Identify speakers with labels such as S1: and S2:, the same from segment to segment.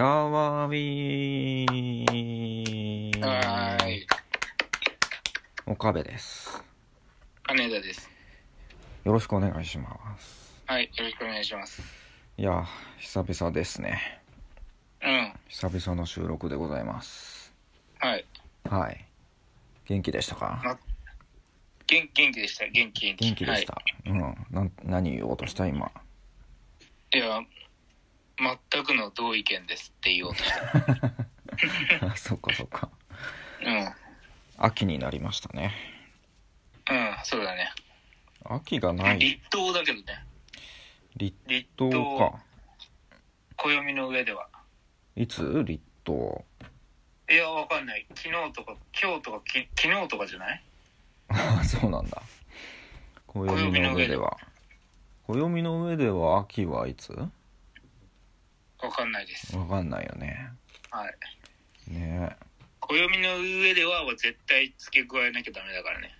S1: ービー
S2: はーい。
S1: 岡部です。
S2: 金田です。
S1: よろしくお願いします。
S2: はい。よろしくお願いします。
S1: いやー、久々ですね。
S2: うん。
S1: 久々の収録でございます。
S2: はい。
S1: はい。元気でしたか
S2: 元元気でした。元気、元気。
S1: 元気でした。
S2: は
S1: うん。なん、何言おうとした 今。
S2: い。いや、全くの同意見ですって言おうとした。
S1: あそっかそっか。
S2: うん。うん。
S1: 秋になりましたね。
S2: そうだね。
S1: 秋がない。
S2: 立冬だけどね。
S1: 立
S2: 立
S1: 冬か。
S2: 暦の上では。
S1: いつ立冬。
S2: いや、わかんない。昨日とか、今日とか、き昨日とかじゃない
S1: あそうなんだ暦の上では暦の上では秋はいつ
S2: わかんないです。
S1: わかんないよね
S2: はい。
S1: ね
S2: 暦の上ではは絶対付け加えなきゃダメだからね。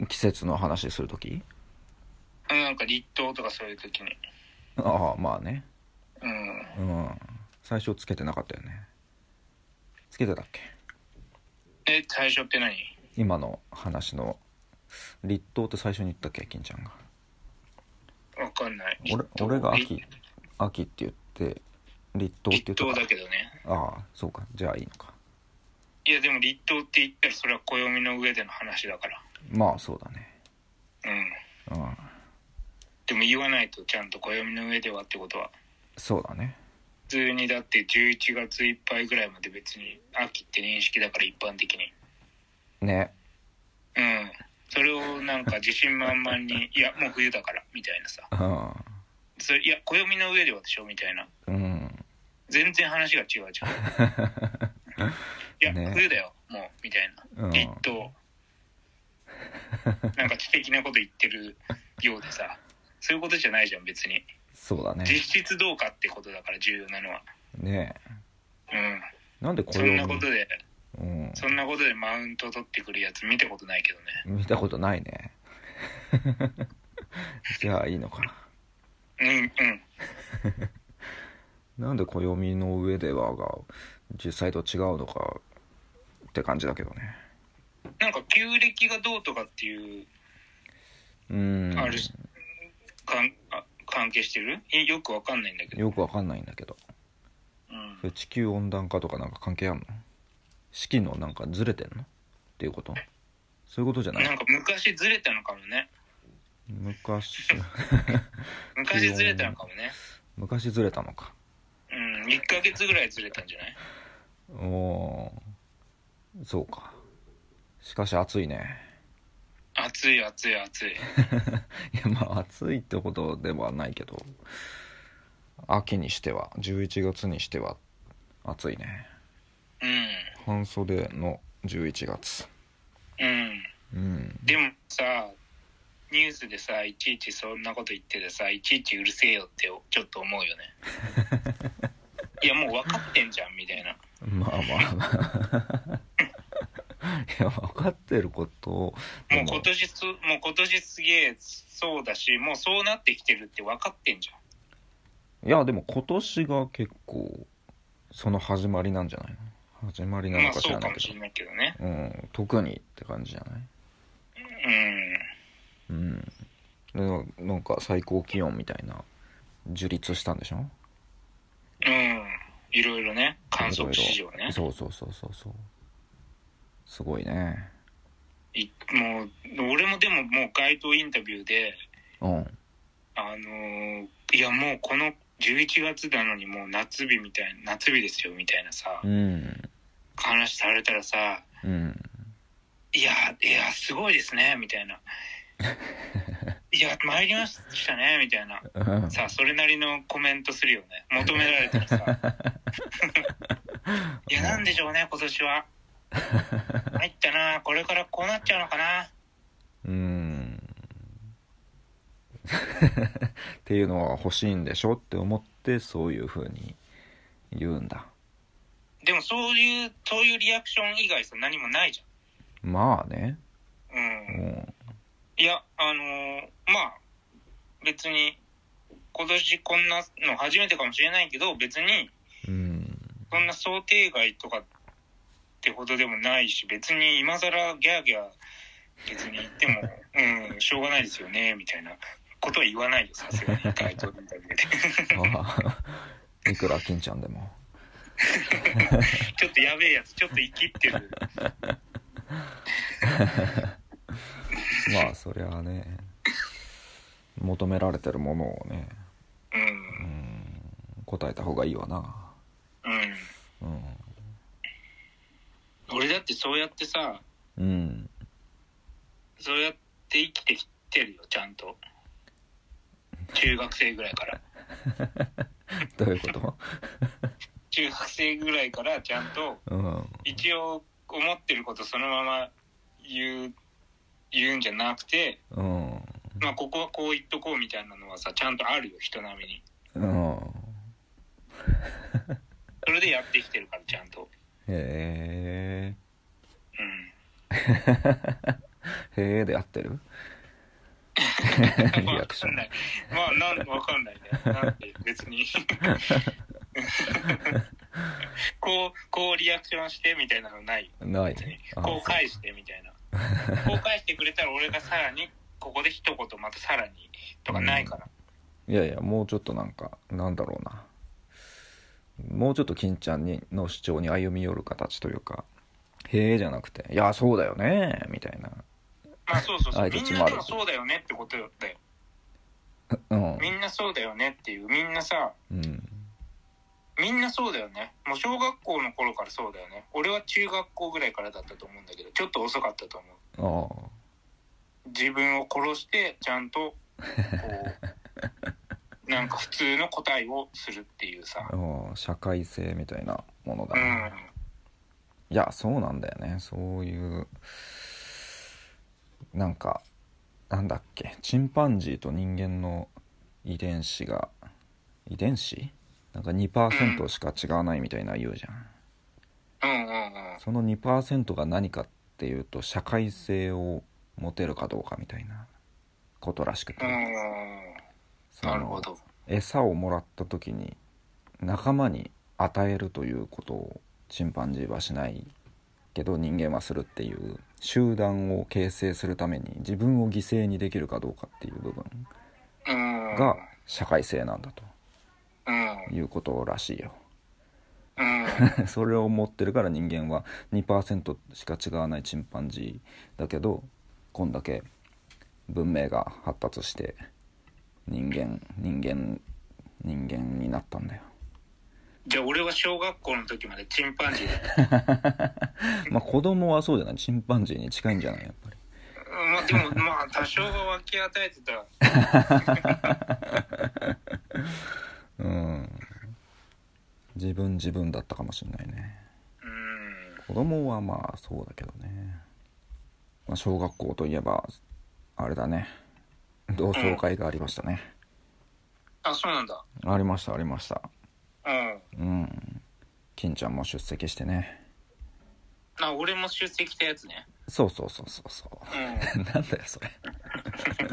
S1: え季節の話する時
S2: うんなんか立冬とかそういう時に。
S1: ああまあね
S2: うん。
S1: うん最初つけてなかったよねつけてたっけ
S2: え、最初って何
S1: 今の話の立冬って最初に言ったっけ金ちゃんが
S2: わかんない。
S1: 俺
S2: 立冬
S1: 俺が秋秋って言って立冬っ
S2: 立
S1: て言
S2: 冬
S1: った
S2: だ
S1: か
S2: けどね
S1: ああそうかじゃあいいのか
S2: いやでも立冬って言ったらそれは暦の上での話だから
S1: まあそうだね
S2: う
S1: う
S2: ん
S1: ん
S2: でも言わないとちゃんと暦の上ではってことは
S1: そうだね
S2: 普通にだって11月いっぱいぐらいまで別に秋って認識だから一般的に
S1: ね
S2: うんそれをなんか自信満々に いやもう冬だからみたいなさ
S1: うん
S2: それいや暦の上ではでしょみたいな
S1: うん
S2: 全然話が 違うじゃんいや、
S1: ね
S2: 冬だよもうみたいな
S1: うん
S2: 立 冬なんか知的なこと言ってるようでさそういうことじゃないじゃん別に
S1: そうだね
S2: 実質どうかってことだから重要なのは
S1: ね
S2: うん
S1: えなんで
S2: そんなこ
S1: を
S2: とで
S1: うん、
S2: そんなことでマウント取ってくるやつ見たことないけどね
S1: 見たことないね じゃあいいのか
S2: うんうん
S1: ななんで暦の上ではが実際と違うのかって感じだけどね
S2: なんか旧暦がどうとかっていう
S1: うん
S2: あるし、かんあ関係してるいよくわかんないんだけど、
S1: よくわかんないんだけど
S2: うん
S1: そ、れ地球温暖化とかなんか関係あんの四季のなんかずれてんのっていうことそういうことじゃな
S2: なん
S1: い
S2: か昔ずれたのかもね
S1: 昔
S2: 昔ずれたのかもね
S1: 昔ずれたのか
S2: うん1ヶ月ぐらいずれたんじゃない
S1: おーそうかしかし暑いね
S2: 暑い暑い暑い
S1: いやまあ暑いってことではないけど秋にしては11月にしては暑いね
S2: うん
S1: 半袖の11月
S2: うん
S1: うん
S2: でもさニュースでさいちいちそんなこと言っててさいちいちうるせえよってちょっと思うよね いやもう分かってんじゃんみたいな
S1: まあまあ まあいや分かってること
S2: もう今年すもう今年すげえそうだしもうそうなってきてるって分かってんじゃ
S1: いやでも今年が結構その始まりなんじゃないの始まりなんの
S2: まあ
S1: か知
S2: そ
S1: ら
S2: う
S1: な
S2: か
S1: い
S2: も
S1: け
S2: し
S1: ど
S2: れないけどね
S1: うん特にって感じじゃない
S2: うん
S1: うんでななんか最高気温みたいな樹立したんでしょ
S2: うんいろいろね観測史上ね
S1: そうそうそうそうそうすごいね
S2: いもう俺もでももう街頭インタビューで
S1: うん
S2: あのーいやもうこの11月なのにもう夏日みたいな夏日ですよみたいなさ、
S1: うん
S2: 話されたらさ
S1: うん
S2: 「いやいやすごいですね」みたいな「いや参りましたね」みたいな
S1: うん
S2: さそれなりのコメントするよね求められたらさ「いやなんでしょうね今年は」入ったなこれからこうなっちゃうのかな
S1: うん っていうのは欲しいんでしょって思ってそういうふうに言うんだ
S2: でもそういうそういうリアクション以外さ何もないじ
S1: まあね
S2: ゃんうん
S1: うん
S2: いや、あのーまあ、別に、今年こんなの初めてかもしれないけど、別に、
S1: うん
S2: そんな想定外とかってほどでもないし別に今更ギャーギャー別に言っても、 うん、しょうがないですよねみたいなことは言わないよさすがに回答のインタビューで
S1: ああ いくら金ちゃんでも
S2: ちょっとやべえやつちょっと生きってる
S1: まあそりゃあね求められてるものをね
S2: う
S1: うんん答えた方がいいわな
S2: うん
S1: うん
S2: 俺だってそうやってさ
S1: うん
S2: そうやって生きてきてるよちゃんと中学生ぐらいから
S1: どういうこと
S2: 中学生ぐらいからちゃんと
S1: うん
S2: 一応思ってることそのまま言う言うんじゃなくて、
S1: うん
S2: まあ、ここはこう言っとこうみたいなのはさちゃんとあるよ人並みに
S1: うん
S2: それでやってきてるからちゃんと
S1: へ
S2: うん
S1: えへえで合って るリア
S2: わ
S1: クシ
S2: か
S1: ョ
S2: んな
S1: ン
S2: いまあなんわかんないねなんて 別にこうこうリアクションしてみたいなのないよ
S1: ない
S2: 別に
S1: あ
S2: こう返してみたいなこう返してくれたら俺がさらにここで一言またさらにとかないから、
S1: いやいやもうちょっとなんかなんだろうなもうちょっと金ちゃんにの主張に歩み寄る形というか「へえ」じゃなくて「いやそうだよね」みたいな
S2: まあそうそうそう
S1: 相
S2: み
S1: 槌
S2: ん
S1: も
S2: な
S1: あ
S2: で
S1: る
S2: もそうだよねってことだよ
S1: うん
S2: みんなそうだよねっていうみんなさ
S1: うん
S2: みんなそうだよねもう小学校の頃からそうだよね俺は中学校ぐらいからだったと思うんだけどちょっと遅かったと思う
S1: ああ
S2: 自分を殺してちゃんとこ うなんか普通の答えをするっていうさ
S1: ああ社会性みたいなものだ
S2: う
S1: ね、
S2: ん
S1: いやそうなんだよねそういうなんかなんだっけチンパンジーと人間の遺伝子が遺伝子なんか2%しか違わないみたいな言うじゃん
S2: うんうんうん
S1: その2%が何かっていうと社会性を持てるかどうかみたいなことらしくて、
S2: うん
S1: その
S2: なるほど
S1: 餌をもらった時に仲間に与えるということをチンパンジーはしないけど人間はするっていう集団を形成するために自分を犠牲にできるかどうかっていう部分
S2: うん
S1: が社会性なんだと
S2: うん
S1: いうことらしいよ
S2: うん
S1: それを持ってるから人間は2%しか違わないチンパンジーだけどこんだけ文明が発達して人間人間人間になったんだよ
S2: じゃあ俺は小学校の時までチンパンジーだった
S1: まあ子供はそうじゃないチンパンジーに近いんじゃないやっぱり
S2: うんまあでもまあ多少は分け与えてた
S1: うん自分自分だったかもしんないね
S2: う
S1: 子
S2: ん
S1: 供はまあそうだけどね、まあ、小学校といえばあれだね同窓会がありましたね、
S2: あそうなんだ
S1: ありましたありましたう
S2: うん
S1: ん金ちゃんも出席してね
S2: あ俺も出席したやつね
S1: そうそうそうそうそう
S2: うん
S1: なんだよそれ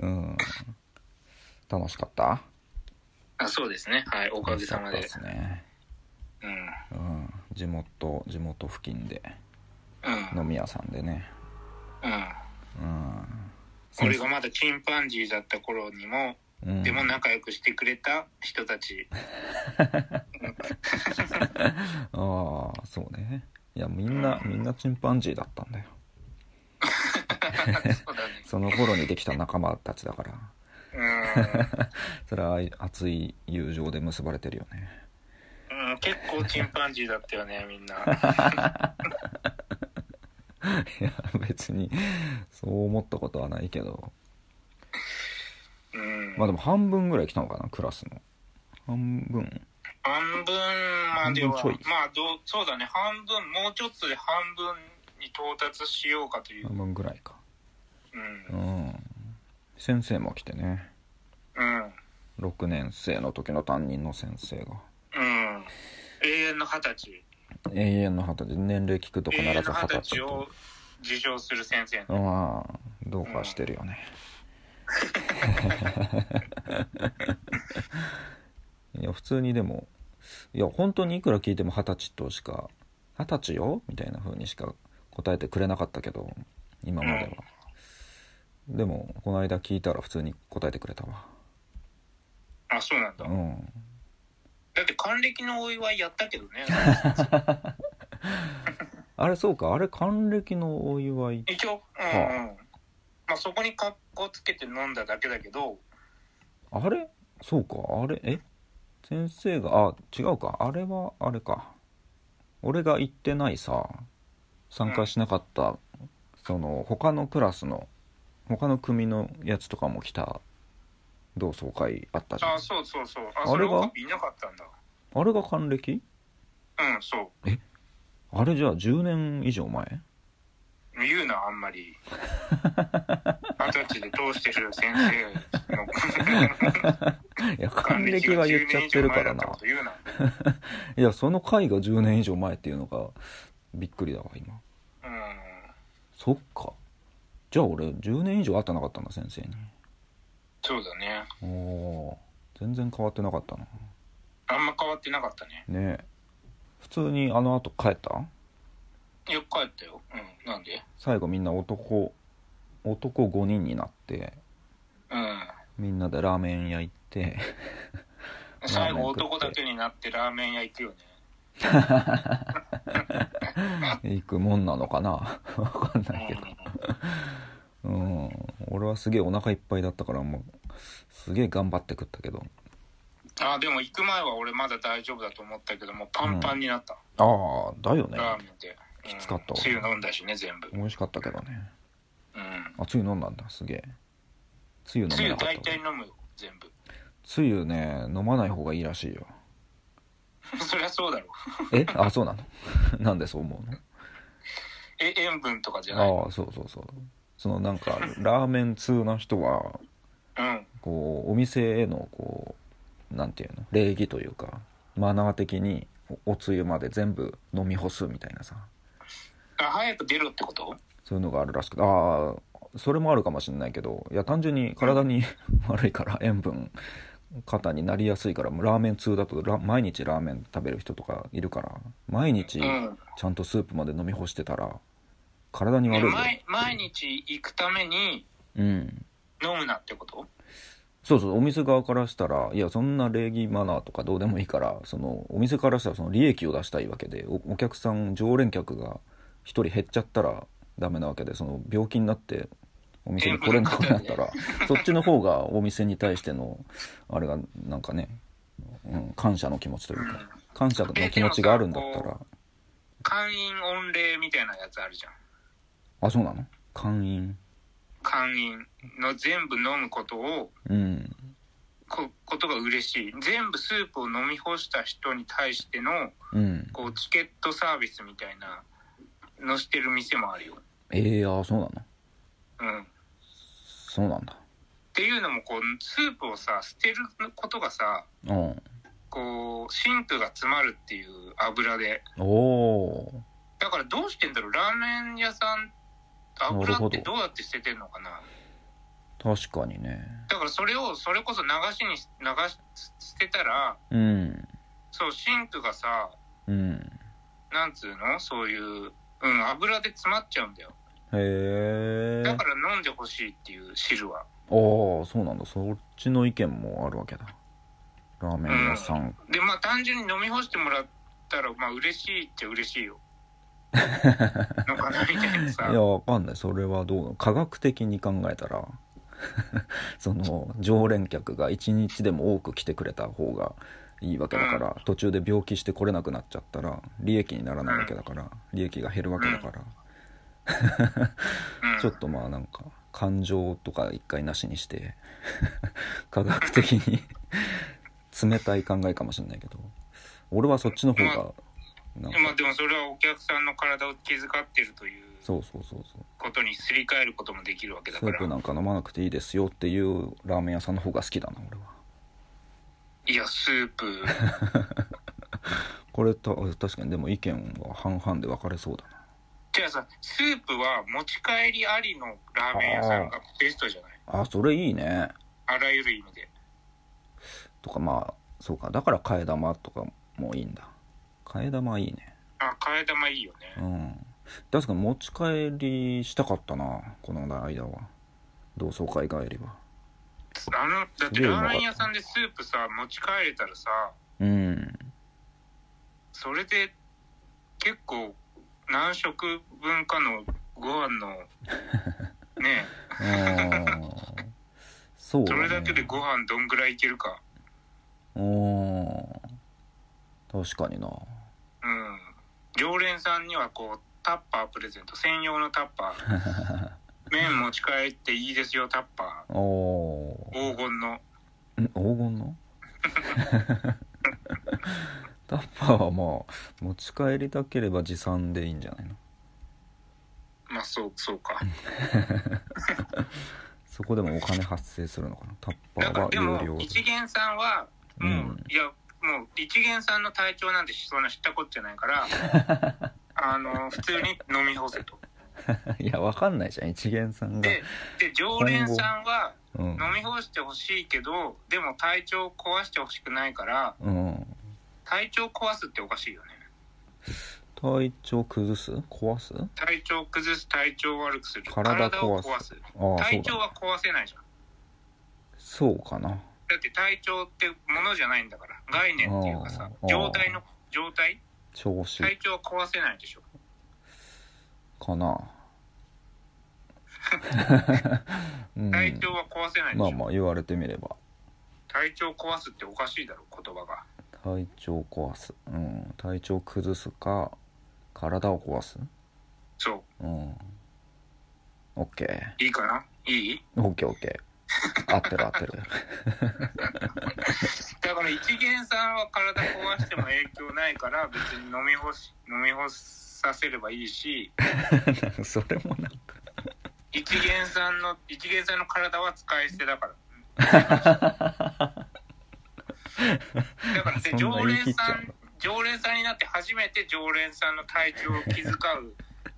S1: うん楽しかった
S2: あそうですねはいお
S1: お
S2: かげさまで
S1: すねう
S2: うん
S1: ん、地元地元付近で
S2: うん
S1: 飲み屋さんでね
S2: うん
S1: うん
S2: 俺がまだチンパンジーだった頃にも
S1: うん
S2: でも仲良くしてくれた人 たち
S1: ああそうねいやみんなみんなチンパンジーだったんだよ
S2: そうだね
S1: その頃にできた仲間たちだからそれは愛熱い友情で結ばれてるよね
S2: うん、うん、結構チンパンジーだったよねみんな
S1: いや別にそう思ったことはないけど
S2: うん
S1: まあでも半分ぐらい来たのかなクラスの半分
S2: 半分まで
S1: 半分
S2: は
S1: ちょい
S2: まあどうそうだね半分もうちょっとで半分に到達しようかという
S1: 半分ぐらいか
S2: う
S1: うんん先生も来てね
S2: うん
S1: 6年生の時の担任の先生が
S2: うん永遠の二十歳
S1: 永遠の二十歳年齢聞くと
S2: 永
S1: 必ず
S2: 遠の
S1: 二
S2: 二
S1: 十
S2: 十
S1: 歳
S2: 歳
S1: と
S2: を受賞する先生の
S1: まあどうかしてる よね、いや普通にでもいや本当にいくら聞いても二十歳としか「二十歳よ?」みたいな風にしか答えてくれなかったけど今までは、でもこの間聞いたら普通に答えてくれたわ
S2: あ、そうなんだ
S1: う。ん
S2: だって還暦のお祝いやったけど ね。
S1: あれそうかあれ還暦のお祝い
S2: 一応、うんうん。まあそこに格好つけて飲んだだけだけど、
S1: あれそうかあれえ先生があ違うかあれはあれか俺が行ってないさ参加しなかった、その他のクラスの他の組のやつとかも来た同窓会あったじゃん
S2: あ、そうそうそう。あ、
S1: あ
S2: それ
S1: れが
S2: は僕いなかったんだ。
S1: あれが還暦
S2: うん、そう。
S1: あれじゃあ10年以上 前
S2: 言うな、あん まり。二十歳で通してる先生 の
S1: いや還暦は言っちゃってるからな
S2: 還暦が10年以上前だったこと言うな。
S1: いやその会が10年以上前っていうのがびっくりだわ今
S2: うん。
S1: そっかじゃあ俺10年以上会ってなかったんだ先生に
S2: そうだね。
S1: おおー全然変わってなかったな
S2: あんま変わってなかったね。
S1: ねえ普通にあのあと帰った
S2: よく帰ったよ。うん。なんで
S1: 最後みんな男男5人になって
S2: うん。
S1: みんなでラーメン屋行って
S2: 最後男だけになってラーメン屋行くよね。
S1: 行くもんなのかなわかん
S2: う
S1: ないけど
S2: ん
S1: うん俺はすげえお腹いっぱいだったからもうすげえ頑張って食ったけど
S2: あでも行く前は俺まだ大丈夫だと思ったけどもうパンパンになった、
S1: ああだよね
S2: ラーメンで、うん、
S1: きつかったわ
S2: つゆ飲んだしね全部
S1: 美味しかったけどね
S2: うん
S1: あつゆ飲んだんだすげえつゆ飲
S2: つ
S1: め
S2: ゆ
S1: なかっ
S2: 大
S1: た
S2: 体飲むよ全部
S1: つゆね飲まない方がいいらしいよ
S2: そりゃそうだろ
S1: えあそうなの なんでそう思うの
S2: え塩分とかじゃない
S1: ああそうそうそうそのなんかラーメン通な人は
S2: うん
S1: こうお店へのこうなんていうの礼儀というかマナー的におおつゆまで全部飲み干すみたいなさ
S2: あ早く出ろってこと
S1: そういうのがあるらしくてああそれもあるかもしれないけどいや単純に体に 悪いから塩分肩になりやすいからもうラーメン通だとラ毎日ラーメン食べる人とかいるから毎日
S2: うん
S1: ちゃんとスープまで飲み干してたら体に
S2: で
S1: 悪いよ
S2: 毎毎日行くために
S1: うん
S2: 飲むなってこと
S1: そうそうお店側からしたらいやそんな礼儀マナーとかどうでもいいからそのお店からしたらその利益を出したいわけでおお客さん常連客が1人減っちゃったらダメなわけでその病気になってお店に来れなくなったらそっちの方がお店に対してのあれがなんかね、うん、感謝の気持ちというか感謝の気持ちがあるんだったら
S2: 会員御礼みたいなやつあるじゃん
S1: あそうなの会員
S2: 会員の全部飲むことを
S1: うん
S2: こことが嬉しい全部スープを飲み干した人に対しての
S1: うん
S2: こうチケットサービスみたいなのしてる店もあるよ、
S1: えー、あーそうなの
S2: うん、っ
S1: そうなんだ
S2: ていうのもこうスープをさ捨てることがさ
S1: うん
S2: こうシンクが詰まるっていう油で
S1: おおー
S2: だからどうしてんだろうラーメン屋さん油
S1: なるほ
S2: って
S1: ど
S2: どうやって捨ててんのかな
S1: 確かにね
S2: だからそれをそれこそ流しに流し捨てたら
S1: うん
S2: そうシンクがさ
S1: うん
S2: なんつうのそういう、うん、油で詰まっちゃうんだよ
S1: へ
S2: だ
S1: え
S2: から飲んでほしいっていう汁は
S1: ああそうなんだそっちの意見もあるわけだラーメン屋さん、
S2: でまあ単純に飲み干してもらったらまあ嬉しいっちゃ嬉 しいよのかなみたいない
S1: や
S2: さ
S1: わかんないそれはどう科学的に考えたら その常連客が一日でも多く来てくれた方がいいわけだから、途中で病気して来れなくなっちゃったら利益にならないわけだから利益が減るわけだから、
S2: うん
S1: ちょっとまあなんか感情とか一回なしにして 科学的に冷たい考えかもしれないけど俺はそっちの方がなんか
S2: まあでもそれはお客さんの体を気遣ってるという
S1: そうそうそうそう
S2: ことにすり替えることもできるわけだ
S1: ス
S2: か
S1: ープ
S2: ら
S1: なんか飲まなくていいですよっていうラーメン屋さんの方が好きだな俺はい
S2: やスープ
S1: これた確かにでも意見は半々で分かれそうだな
S2: じゃあさスープは持ち帰りありのラーメン屋さんがベストじゃない
S1: あそれいいね
S2: あらゆる意味で
S1: とかまあそうかだから替え玉とかもいいんだ替え玉いいね
S2: あ替え玉いいよ
S1: う
S2: ね
S1: ん確かに持ち帰りしたかったなこの間は同窓会帰りは
S2: あのだっ
S1: す
S2: て
S1: げえうま
S2: ラ
S1: かった
S2: ーメン屋さんでスープさ持ち帰れたらさ
S1: うん
S2: それで結構何食分かのご飯のね
S1: あーそうだ、
S2: そ
S1: ね、
S2: れだけでご飯どんぐらいいけるか
S1: うん確かにな
S2: うん常連さんにはこうタッパープレゼント専用のタッパー麺持ち帰っていいですよタッパ
S1: おお
S2: ー黄金の
S1: ん黄金の タッパーはまあ持ち帰りたければ持参でいいんじゃないの
S2: まあそうそうか
S1: そこでもお金発生するのかなタッパ
S2: なん
S1: ー
S2: か
S1: は
S2: でも
S1: 有料で
S2: 一元さんはもう、
S1: うん
S2: いやもう一元さんの体調なんてそんな知ったこっちゃないからあの普通に飲み干せと
S1: いやわかんないじゃん一元さんが
S2: でで常連さんは
S1: うん
S2: 飲み干してほしいけどでも体調壊してほしくないから
S1: うん
S2: 体調壊すっておかしいよね
S1: 体調崩す壊すあ
S2: 体調崩す体調悪くする
S1: 体
S2: を
S1: 壊す
S2: 壊す
S1: あそう
S2: 体調
S1: だ
S2: は壊せないじゃん
S1: そうかな
S2: だって体調ってものじゃないんだから概念っていうか
S1: あ
S2: さ
S1: ー
S2: 状態の状態
S1: 調子
S2: 体調は壊せないでしょ
S1: かな うん
S2: 体調は壊せないでしょ、
S1: まあまあ言われてみれば
S2: 体調壊すっておかしいだろ言葉が
S1: 体調壊す、うん、体調崩すか体を壊す
S2: そ
S1: うんオッケ
S2: ういいかないい
S1: ーオッケーオッケー合ってる合ってる
S2: だから一元さんは体壊しても影響ないから 別に飲み干し飲み干させればいいし
S1: なんか それもなんか
S2: 一元さんの一元さんの体は使い捨てだからだから で
S1: そんな
S2: 常
S1: 言い切
S2: 連
S1: っちゃ
S2: さ
S1: うん
S2: 常連さんになって初めて常連さんの体調を気遣う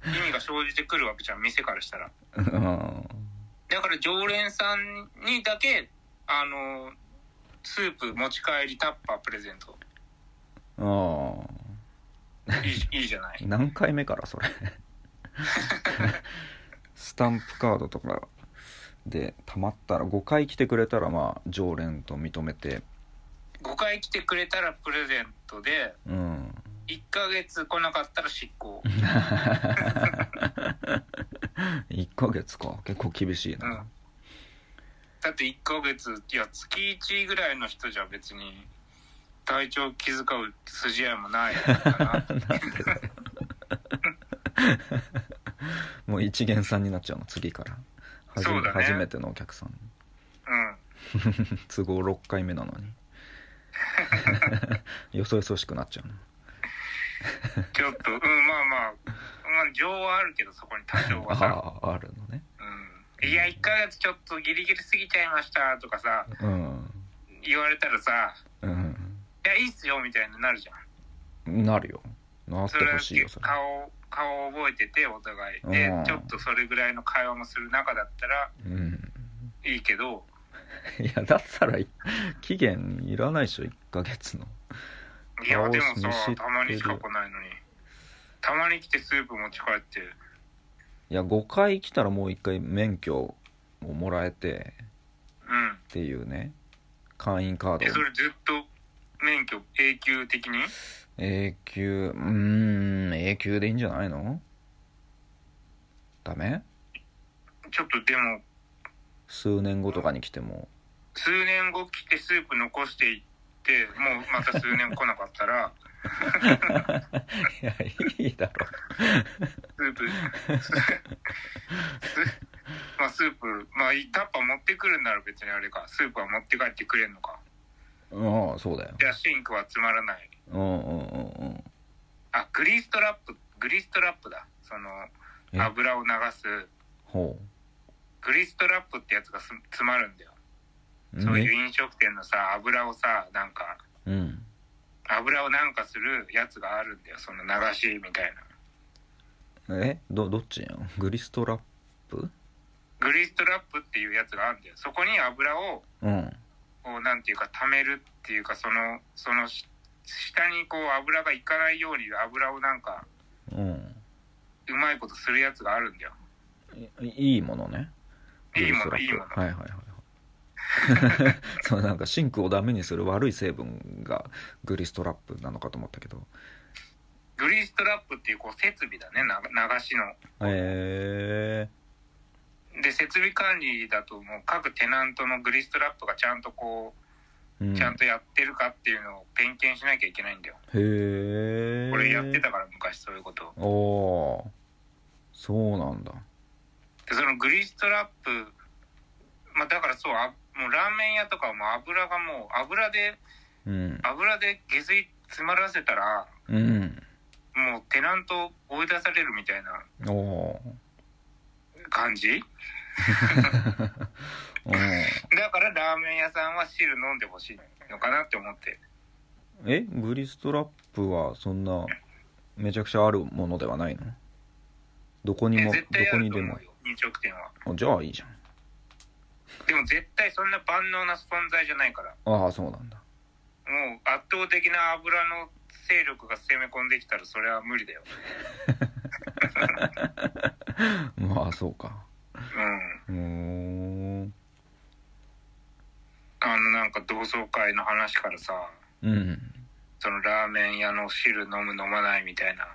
S2: 意味が生じてくるわけじゃん店からしたら
S1: うん
S2: だから常連さんにだけあのスープ持ち帰りタッパープレゼント
S1: あ
S2: いいいいじゃない
S1: ー何回目からそれスタンプカードとかでたまったら5回来てくれたらまあ常連と認めて
S2: 5回来てくれたらプレゼントで
S1: うん
S2: 1ヶ月来なかったら執行
S1: 1ヶ月か結構厳しい
S2: うん
S1: な、
S2: だって1ヶ月いや月1ぐらいの人じゃ別に体調気遣う筋合いもないからな
S1: もう一元さんになっちゃうの次から初め
S2: そうだね
S1: 初めてのお客さん
S2: うん
S1: 都合6回目なのに よそよそしくなっちゃうの
S2: ちょっとうんまあまあまあ情はあるけどそこに多少はさ、
S1: あああるのね
S2: うん、いや1ヶ月ちょっとギリギリ過ぎちゃいましたとかさ
S1: うん
S2: 言われたらさ
S1: う
S2: いやいいっすよみたいになるじゃん
S1: んなるよなって
S2: それ
S1: ほ
S2: は
S1: しいよそれ
S2: 顔顔を覚えててお互いで、
S1: うん
S2: ちょっとそれぐらいの会話もする中だったら
S1: うん
S2: いいけど
S1: いやだったらい期限いらないでしょ1ヶ月の
S2: いや
S1: 顔を
S2: でも
S1: 見知って
S2: さ
S1: る
S2: たまにしか来ないのにたまに来てスープ持ち帰って
S1: いや5回来たらもう1回免許をもらえて
S2: うん
S1: っていうね会員カード
S2: えそ
S1: を
S2: れずっと免許永久的に
S1: 永久うーん永久でいいんじゃないのダメ
S2: ちょっとでも
S1: 数年後とかに来ても
S2: 数年後来てスープ残していってもうまた数年来なかったら
S1: いやいいだろ
S2: ス ープススまあスープまあいタッパー持ってくるんなら別にあれかスープは持って帰ってくれんのか
S1: うんうんそうだよ
S2: じゃあシンクはつまらない
S1: うんうんうんうん
S2: あグリーストラップグリーストラップだそ
S1: え
S2: の油を流す
S1: ほ
S2: グリーストラップってやつがす詰まるんだよ
S1: う
S2: そういう
S1: ね
S2: 飲食店のさ油をさなんか
S1: うん
S2: 油をなんかするやつがあるんだよその流しみたいな
S1: えどどっちやんグリストラップ
S2: グリーストラップっていうやつがあるんだよそこに油を
S1: うん
S2: こうなんていうか溜めるっていうかそのそのし下にこう油がいかないように油をなんか
S1: うん
S2: うまいことするやつがあるんだよ
S1: いいいものね
S2: いいも
S1: お
S2: の
S1: そらく
S2: いいもの
S1: はいはいはいはい そうなんかシンクをダメにする悪い成分がグリストラップなのかと思ったけど
S2: グリーストラップっていうこう設備だねな流しの
S1: へえ
S2: で設備管理だともう各テナントのグリーストラップがちゃんとこ
S1: ーう、
S2: うんちゃんとやってるかっていうのを点検しなきゃいけないんだよ
S1: へえ
S2: これやってたから昔そういうこと
S1: おおーそうなんだ
S2: でそのグリーストラップまあだからそうあもうラーメン屋とかはもう油がもう油で
S1: うん
S2: 油で下水詰まらせたら
S1: うん
S2: もうテナント追い出されるみたいな
S1: おお
S2: 感じ
S1: ーうん
S2: だからラーメン屋さんは汁飲んでほしいのかなって思って
S1: えグリストラップはそんなめちゃくちゃあるものではないのどこに
S2: え
S1: もど
S2: 絶対あ
S1: こ
S2: る
S1: に
S2: と
S1: で
S2: 思
S1: も
S2: うよ飲食店は
S1: あじゃあいいじゃん
S2: でも絶対そんな万能な存在じゃないから
S1: ああそうなんだ
S2: もう圧倒的な油の勢力が攻め込んできたらそれは無理だよ
S1: まあそうか
S2: う
S1: うー
S2: ん
S1: ん
S2: あのなんか同窓会の話からさ
S1: うん
S2: そのラーメン屋の汁飲む飲まないみたいな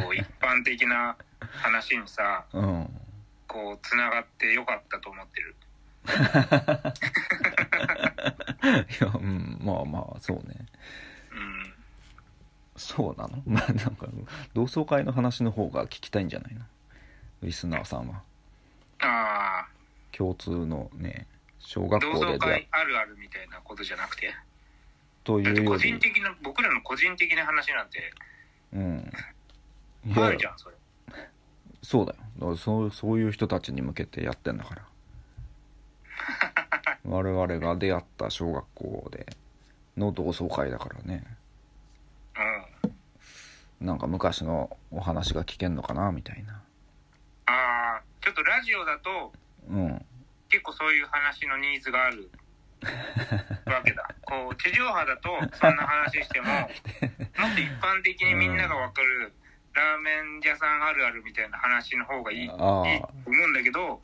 S2: こ う一般的な話にさ
S1: うん
S2: こうつながってよかったと思ってる
S1: いやうんまあまあそうね
S2: うん
S1: そうなの まあなんか同窓会の話の方が聞きたいんじゃないのリスナーさんは
S2: あ
S1: 共通のね小
S2: あ
S1: 学
S2: 同
S1: 校
S2: 窓
S1: で出会
S2: 会あるあるみたいなことじゃなくて
S1: と
S2: だっ
S1: い
S2: て
S1: うよ
S2: 個人
S1: り
S2: 的な僕らの個人的な話なんて
S1: うんいや
S2: あるじゃんそれ
S1: そうだよだからそうそういう人たちに向けてやってんだから 我々が出会った小学校での同窓会だからね
S2: うん
S1: なんか昔のお話が聞けんのかなみたいな
S2: ああちょっとラジオだと
S1: うん
S2: 結構そういう話のニーズが あるわけだこう地上波だとそんな話して ももっと一般的にみんながわかるラーメン屋さんあるあるみたいな話の方がいいいいと
S1: ああ
S2: 思うんだけど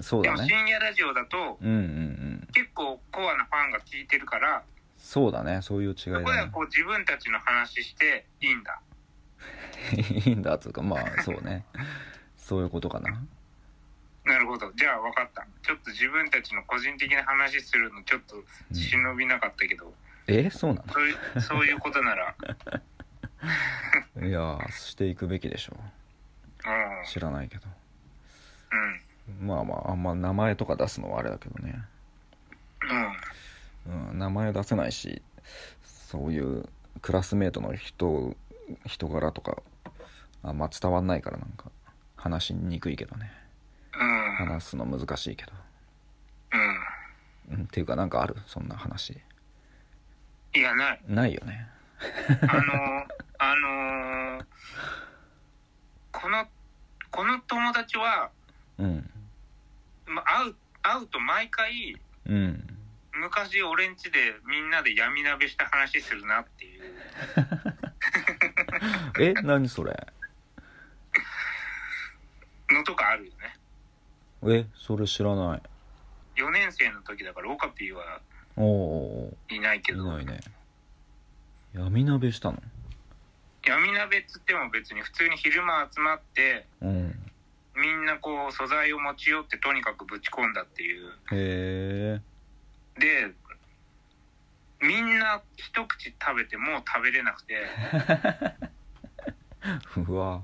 S1: そう
S2: で
S1: だ
S2: も
S1: ね
S2: 深夜ラジオだと
S1: うんうんうん
S2: 結構コアなファンが聞いてるから
S1: そうだねそういう違い
S2: そ
S1: だ
S2: こでは
S1: ね
S2: こう自分たちの話していいんだ
S1: いいんだつうかまあそうねそういうことかな
S2: なるほどじゃあ分かったちょっと自分たちの個人的な話するのちょっと忍びなかったけど、
S1: えそうな
S2: そういうそういうことなら、
S1: のいやーしていくべきでしょ
S2: うん
S1: う知らないけど
S2: う
S1: まあまああんま名前とか出すのはあれだけどね
S2: んうん
S1: うん、名前出せないしそういうクラスメートの人人柄とかあんま伝わんないからなんか話しにくいけどね
S2: うん
S1: 話すの難しいけど、
S2: うん
S1: うん、っていうかなんかあるそんな話
S2: いやない
S1: ないよね
S2: あのーあのーこのこの友達は、
S1: うん
S2: ま、会う会うと毎回
S1: うん
S2: 昔俺ん家でみんなで闇鍋した話するなっていう
S1: え何それ
S2: のとかあるよね
S1: えそれ知らない
S2: 4年生の時だからオカピーは
S1: おーお
S2: いないけ
S1: ー
S2: ど
S1: おーいないね闇鍋したの
S2: 闇鍋っつっても別に普通に昼間集まって
S1: うん
S2: みんなこう素材を持ち寄ってとにかくぶち込んだっていう
S1: へえ
S2: でみんな一口食べてもう食べれなくて
S1: うわ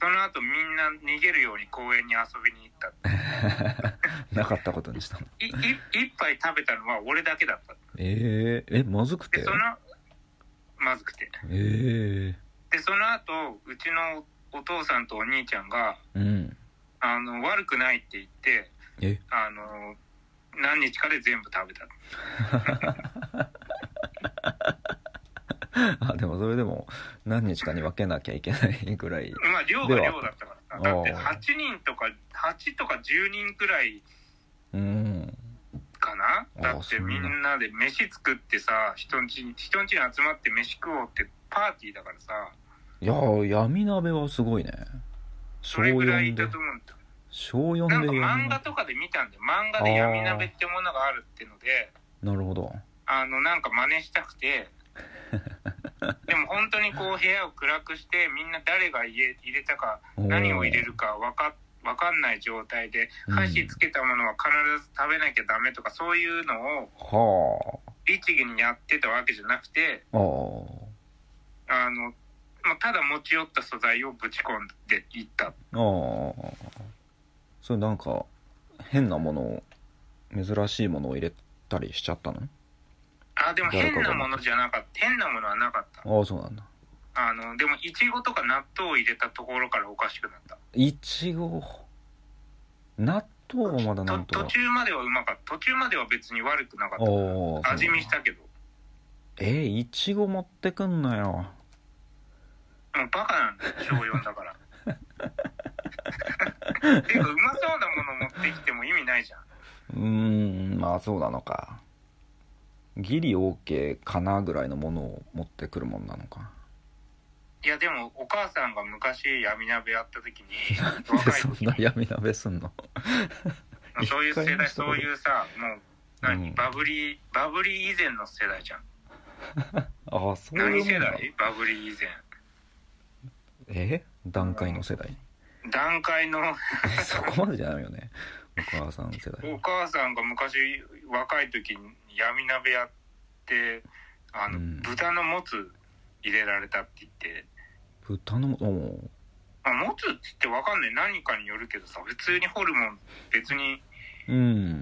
S2: その後みんな逃げるように公園に遊びに行ったって
S1: なかったことにしたの
S2: いい一杯食べたのは俺だけだった
S1: えー、えまずくて
S2: でそのまずくて
S1: え
S2: でその後うちのお父さんとお兄ちゃんが
S1: えうん
S2: あの悪くないって言って
S1: え
S2: あの何日かで全部食べた
S1: あでもそれでも何日かに分けなきゃいけないぐらい
S2: まあ量が量だったからさ
S1: では
S2: だって
S1: あー
S2: 8人とか8とか10人くらい
S1: うん
S2: かな
S1: あー
S2: だっ
S1: そ
S2: て
S1: んな
S2: みんなで飯作ってさ人んちに人んちに集まって飯食おうってパーティーだからさ
S1: いやー闇鍋はすごいね
S2: そ
S1: 小
S2: れぐら
S1: 4
S2: い
S1: で
S2: だと思うんだ
S1: 小4
S2: なん
S1: で
S2: か
S1: 闇
S2: 漫画
S1: 鍋
S2: とかで見たんだよ漫画で闇鍋ってものがあるってので
S1: なるほど
S2: あのなんか真似した くてでも本当にこう部屋を暗くしてみんな誰が入れ入れたか
S1: おー
S2: 何を入れるか分か分かんない状態で
S1: うん
S2: 箸つけたものは必ず食べなきゃダメとかそういうのを
S1: は
S2: 律儀にやってたわけじゃなくて
S1: ああー
S2: あのまあただ持ち寄った素材をぶち込んでいった
S1: ああそれなんか変なものを珍しいものを入れたりしちゃったの
S2: あでも
S1: 誰か
S2: 変
S1: が
S2: なものじゃなかった変なものはなかった
S1: ああそうなんだ
S2: あのでもいちごとか納豆を入れたところからおかしくなった
S1: いちご納豆はまだなん
S2: と
S1: と
S2: 途
S1: か
S2: 中まではうまかった途中までは別に悪くなか
S1: ああ
S2: っ
S1: そう
S2: た味見したけど
S1: えー、いちご持ってくんなよ
S2: もうバカなんだよ小4だから ていうかうまそうなもの持ってきても意味ないじゃん
S1: うーんまあそうなのかギリ OK かなぐらいのものを持ってくるもんなのか
S2: いやでもお母さんが昔闇鍋やった時に
S1: で
S2: 若い
S1: そん
S2: 時
S1: な闇鍋すんの
S2: もうそういう世
S1: 一回も
S2: 代
S1: した
S2: そ
S1: こと
S2: ういうさもう何、
S1: うん
S2: バブリーバブリー以前の世代じゃん
S1: ああそういう
S2: 何
S1: も
S2: 世
S1: んなの
S2: 代バブリー以前
S1: え段階の世代
S2: 段階の
S1: そこまでじゃないよねお母さん世代
S2: お母さんが昔若い時に闇鍋やってあの、
S1: うん
S2: 豚のもつ入れられたって言って、
S1: 豚のもおう
S2: まあ、もつって言って分かんない何かによるけどさ普通にホルモン別に
S1: うん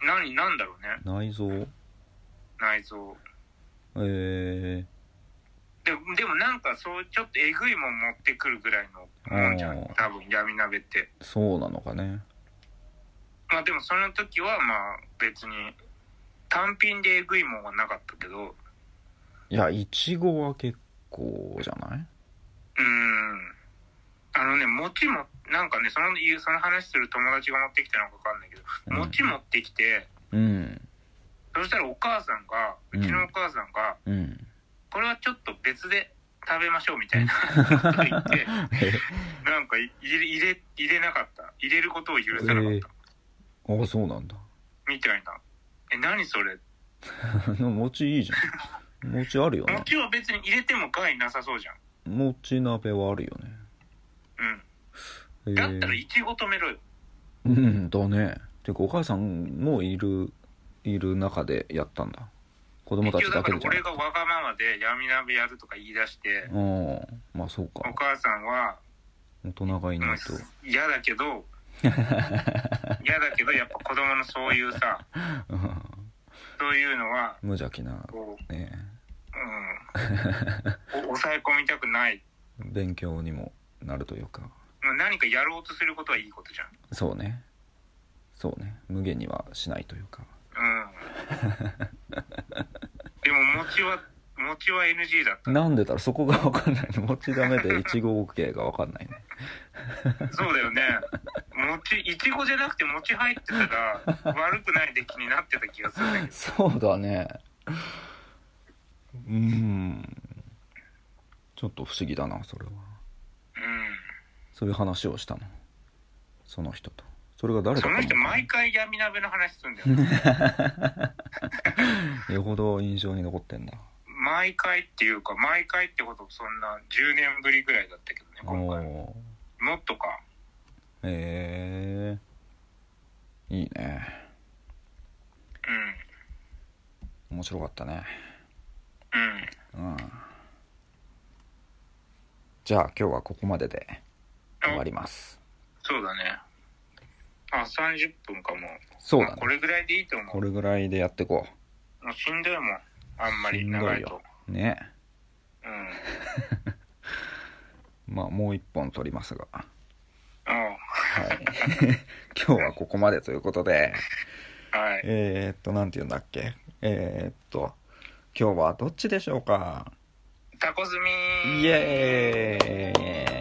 S2: 何なんだろうね
S1: 内臓
S2: 内臓
S1: え
S2: ででもなんかそうちょっとえぐいもん持ってくるぐらいのもんじゃん
S1: あー
S2: 多分闇鍋って
S1: ー、そうなのかね
S2: まあでもその時はまあ別に単品でえぐいもんはなかったけど
S1: いやいちごは結構じゃないう
S2: ーんあのね、餅も、なんかね、その、その話する友達が持ってきたのかわかんないけど、
S1: うん
S2: 餅持ってきて、
S1: うん
S2: そしたらお母さんが、うちのお母さんが、
S1: うん
S2: これはちょっと別で食べましょうみたいなこと言って、 なんかい入れ、入れ、入れなかった。入れることを許さなかった。
S1: ああそうなんだ
S2: みたいな。え、何それ
S1: 餅いいじゃん餅あるよね
S2: 餅は別に入れても害なさそうじゃん。
S1: 餅鍋はあるよね
S2: うん。
S1: え
S2: だったら
S1: ー
S2: いちご止めろよ。
S1: うんだねてかお母さんもいるいる中でやったんだ子供た
S2: 一
S1: ち
S2: 応
S1: だ
S2: だか
S1: け
S2: ら
S1: でじゃ
S2: 俺
S1: なく
S2: が
S1: て
S2: わがままで闇鍋やるとか言い出して、
S1: うんまあそう
S2: お
S1: か
S2: 母さんは、
S1: 大人がいないと
S2: 嫌だけ ど嫌だけどやっぱ子供のそういうさ
S1: うん
S2: そういうのは
S1: 無邪気な
S2: こ
S1: ね
S2: う、 うん、お抑え込みたくない
S1: 勉強にもなるというか
S2: まあ何かやろうとすることはいいことじゃん
S1: そうねそうね無限にはしないというか
S2: うんでも餅は餅は NG だっ
S1: なんでだろうそこが分かんないの餅ダメでいちご OK が分かんないね
S2: たそうだよね餅いちごじゃなくて餅入ってたら悪くない出来になってた気がするんだけど
S1: そうだねうんちょっと不思議だなそれはそういう話をしたのその人とそれが
S2: うん
S1: 誰だ
S2: そ
S1: かも
S2: の人毎回闇鍋の話するんだよ ね
S1: よほど印象に残ってんだ
S2: 毎回っていうか毎回ってことそんな10年ぶりぐらいだったけどね
S1: お
S2: 今回
S1: お
S2: もっとか
S1: へえいいね
S2: う
S1: 面白かったね
S2: んうん
S1: うんじゃあ今日はここまでで終わります
S2: そうだねあ30分かも
S1: そう
S2: ま
S1: だ
S2: あこ
S1: ね
S2: れぐらいでいいと思
S1: これぐらいでやってこ
S2: うもうしんどいもんあんまり長いと
S1: うね
S2: うん
S1: まあもう一本撮りますが
S2: うん
S1: はい、 今日はここまでということで、
S2: はい
S1: えー、っと、なんて言うんだっけ、えー、っと、今日はどっちでしょうか、
S2: タコ済み
S1: イエーイ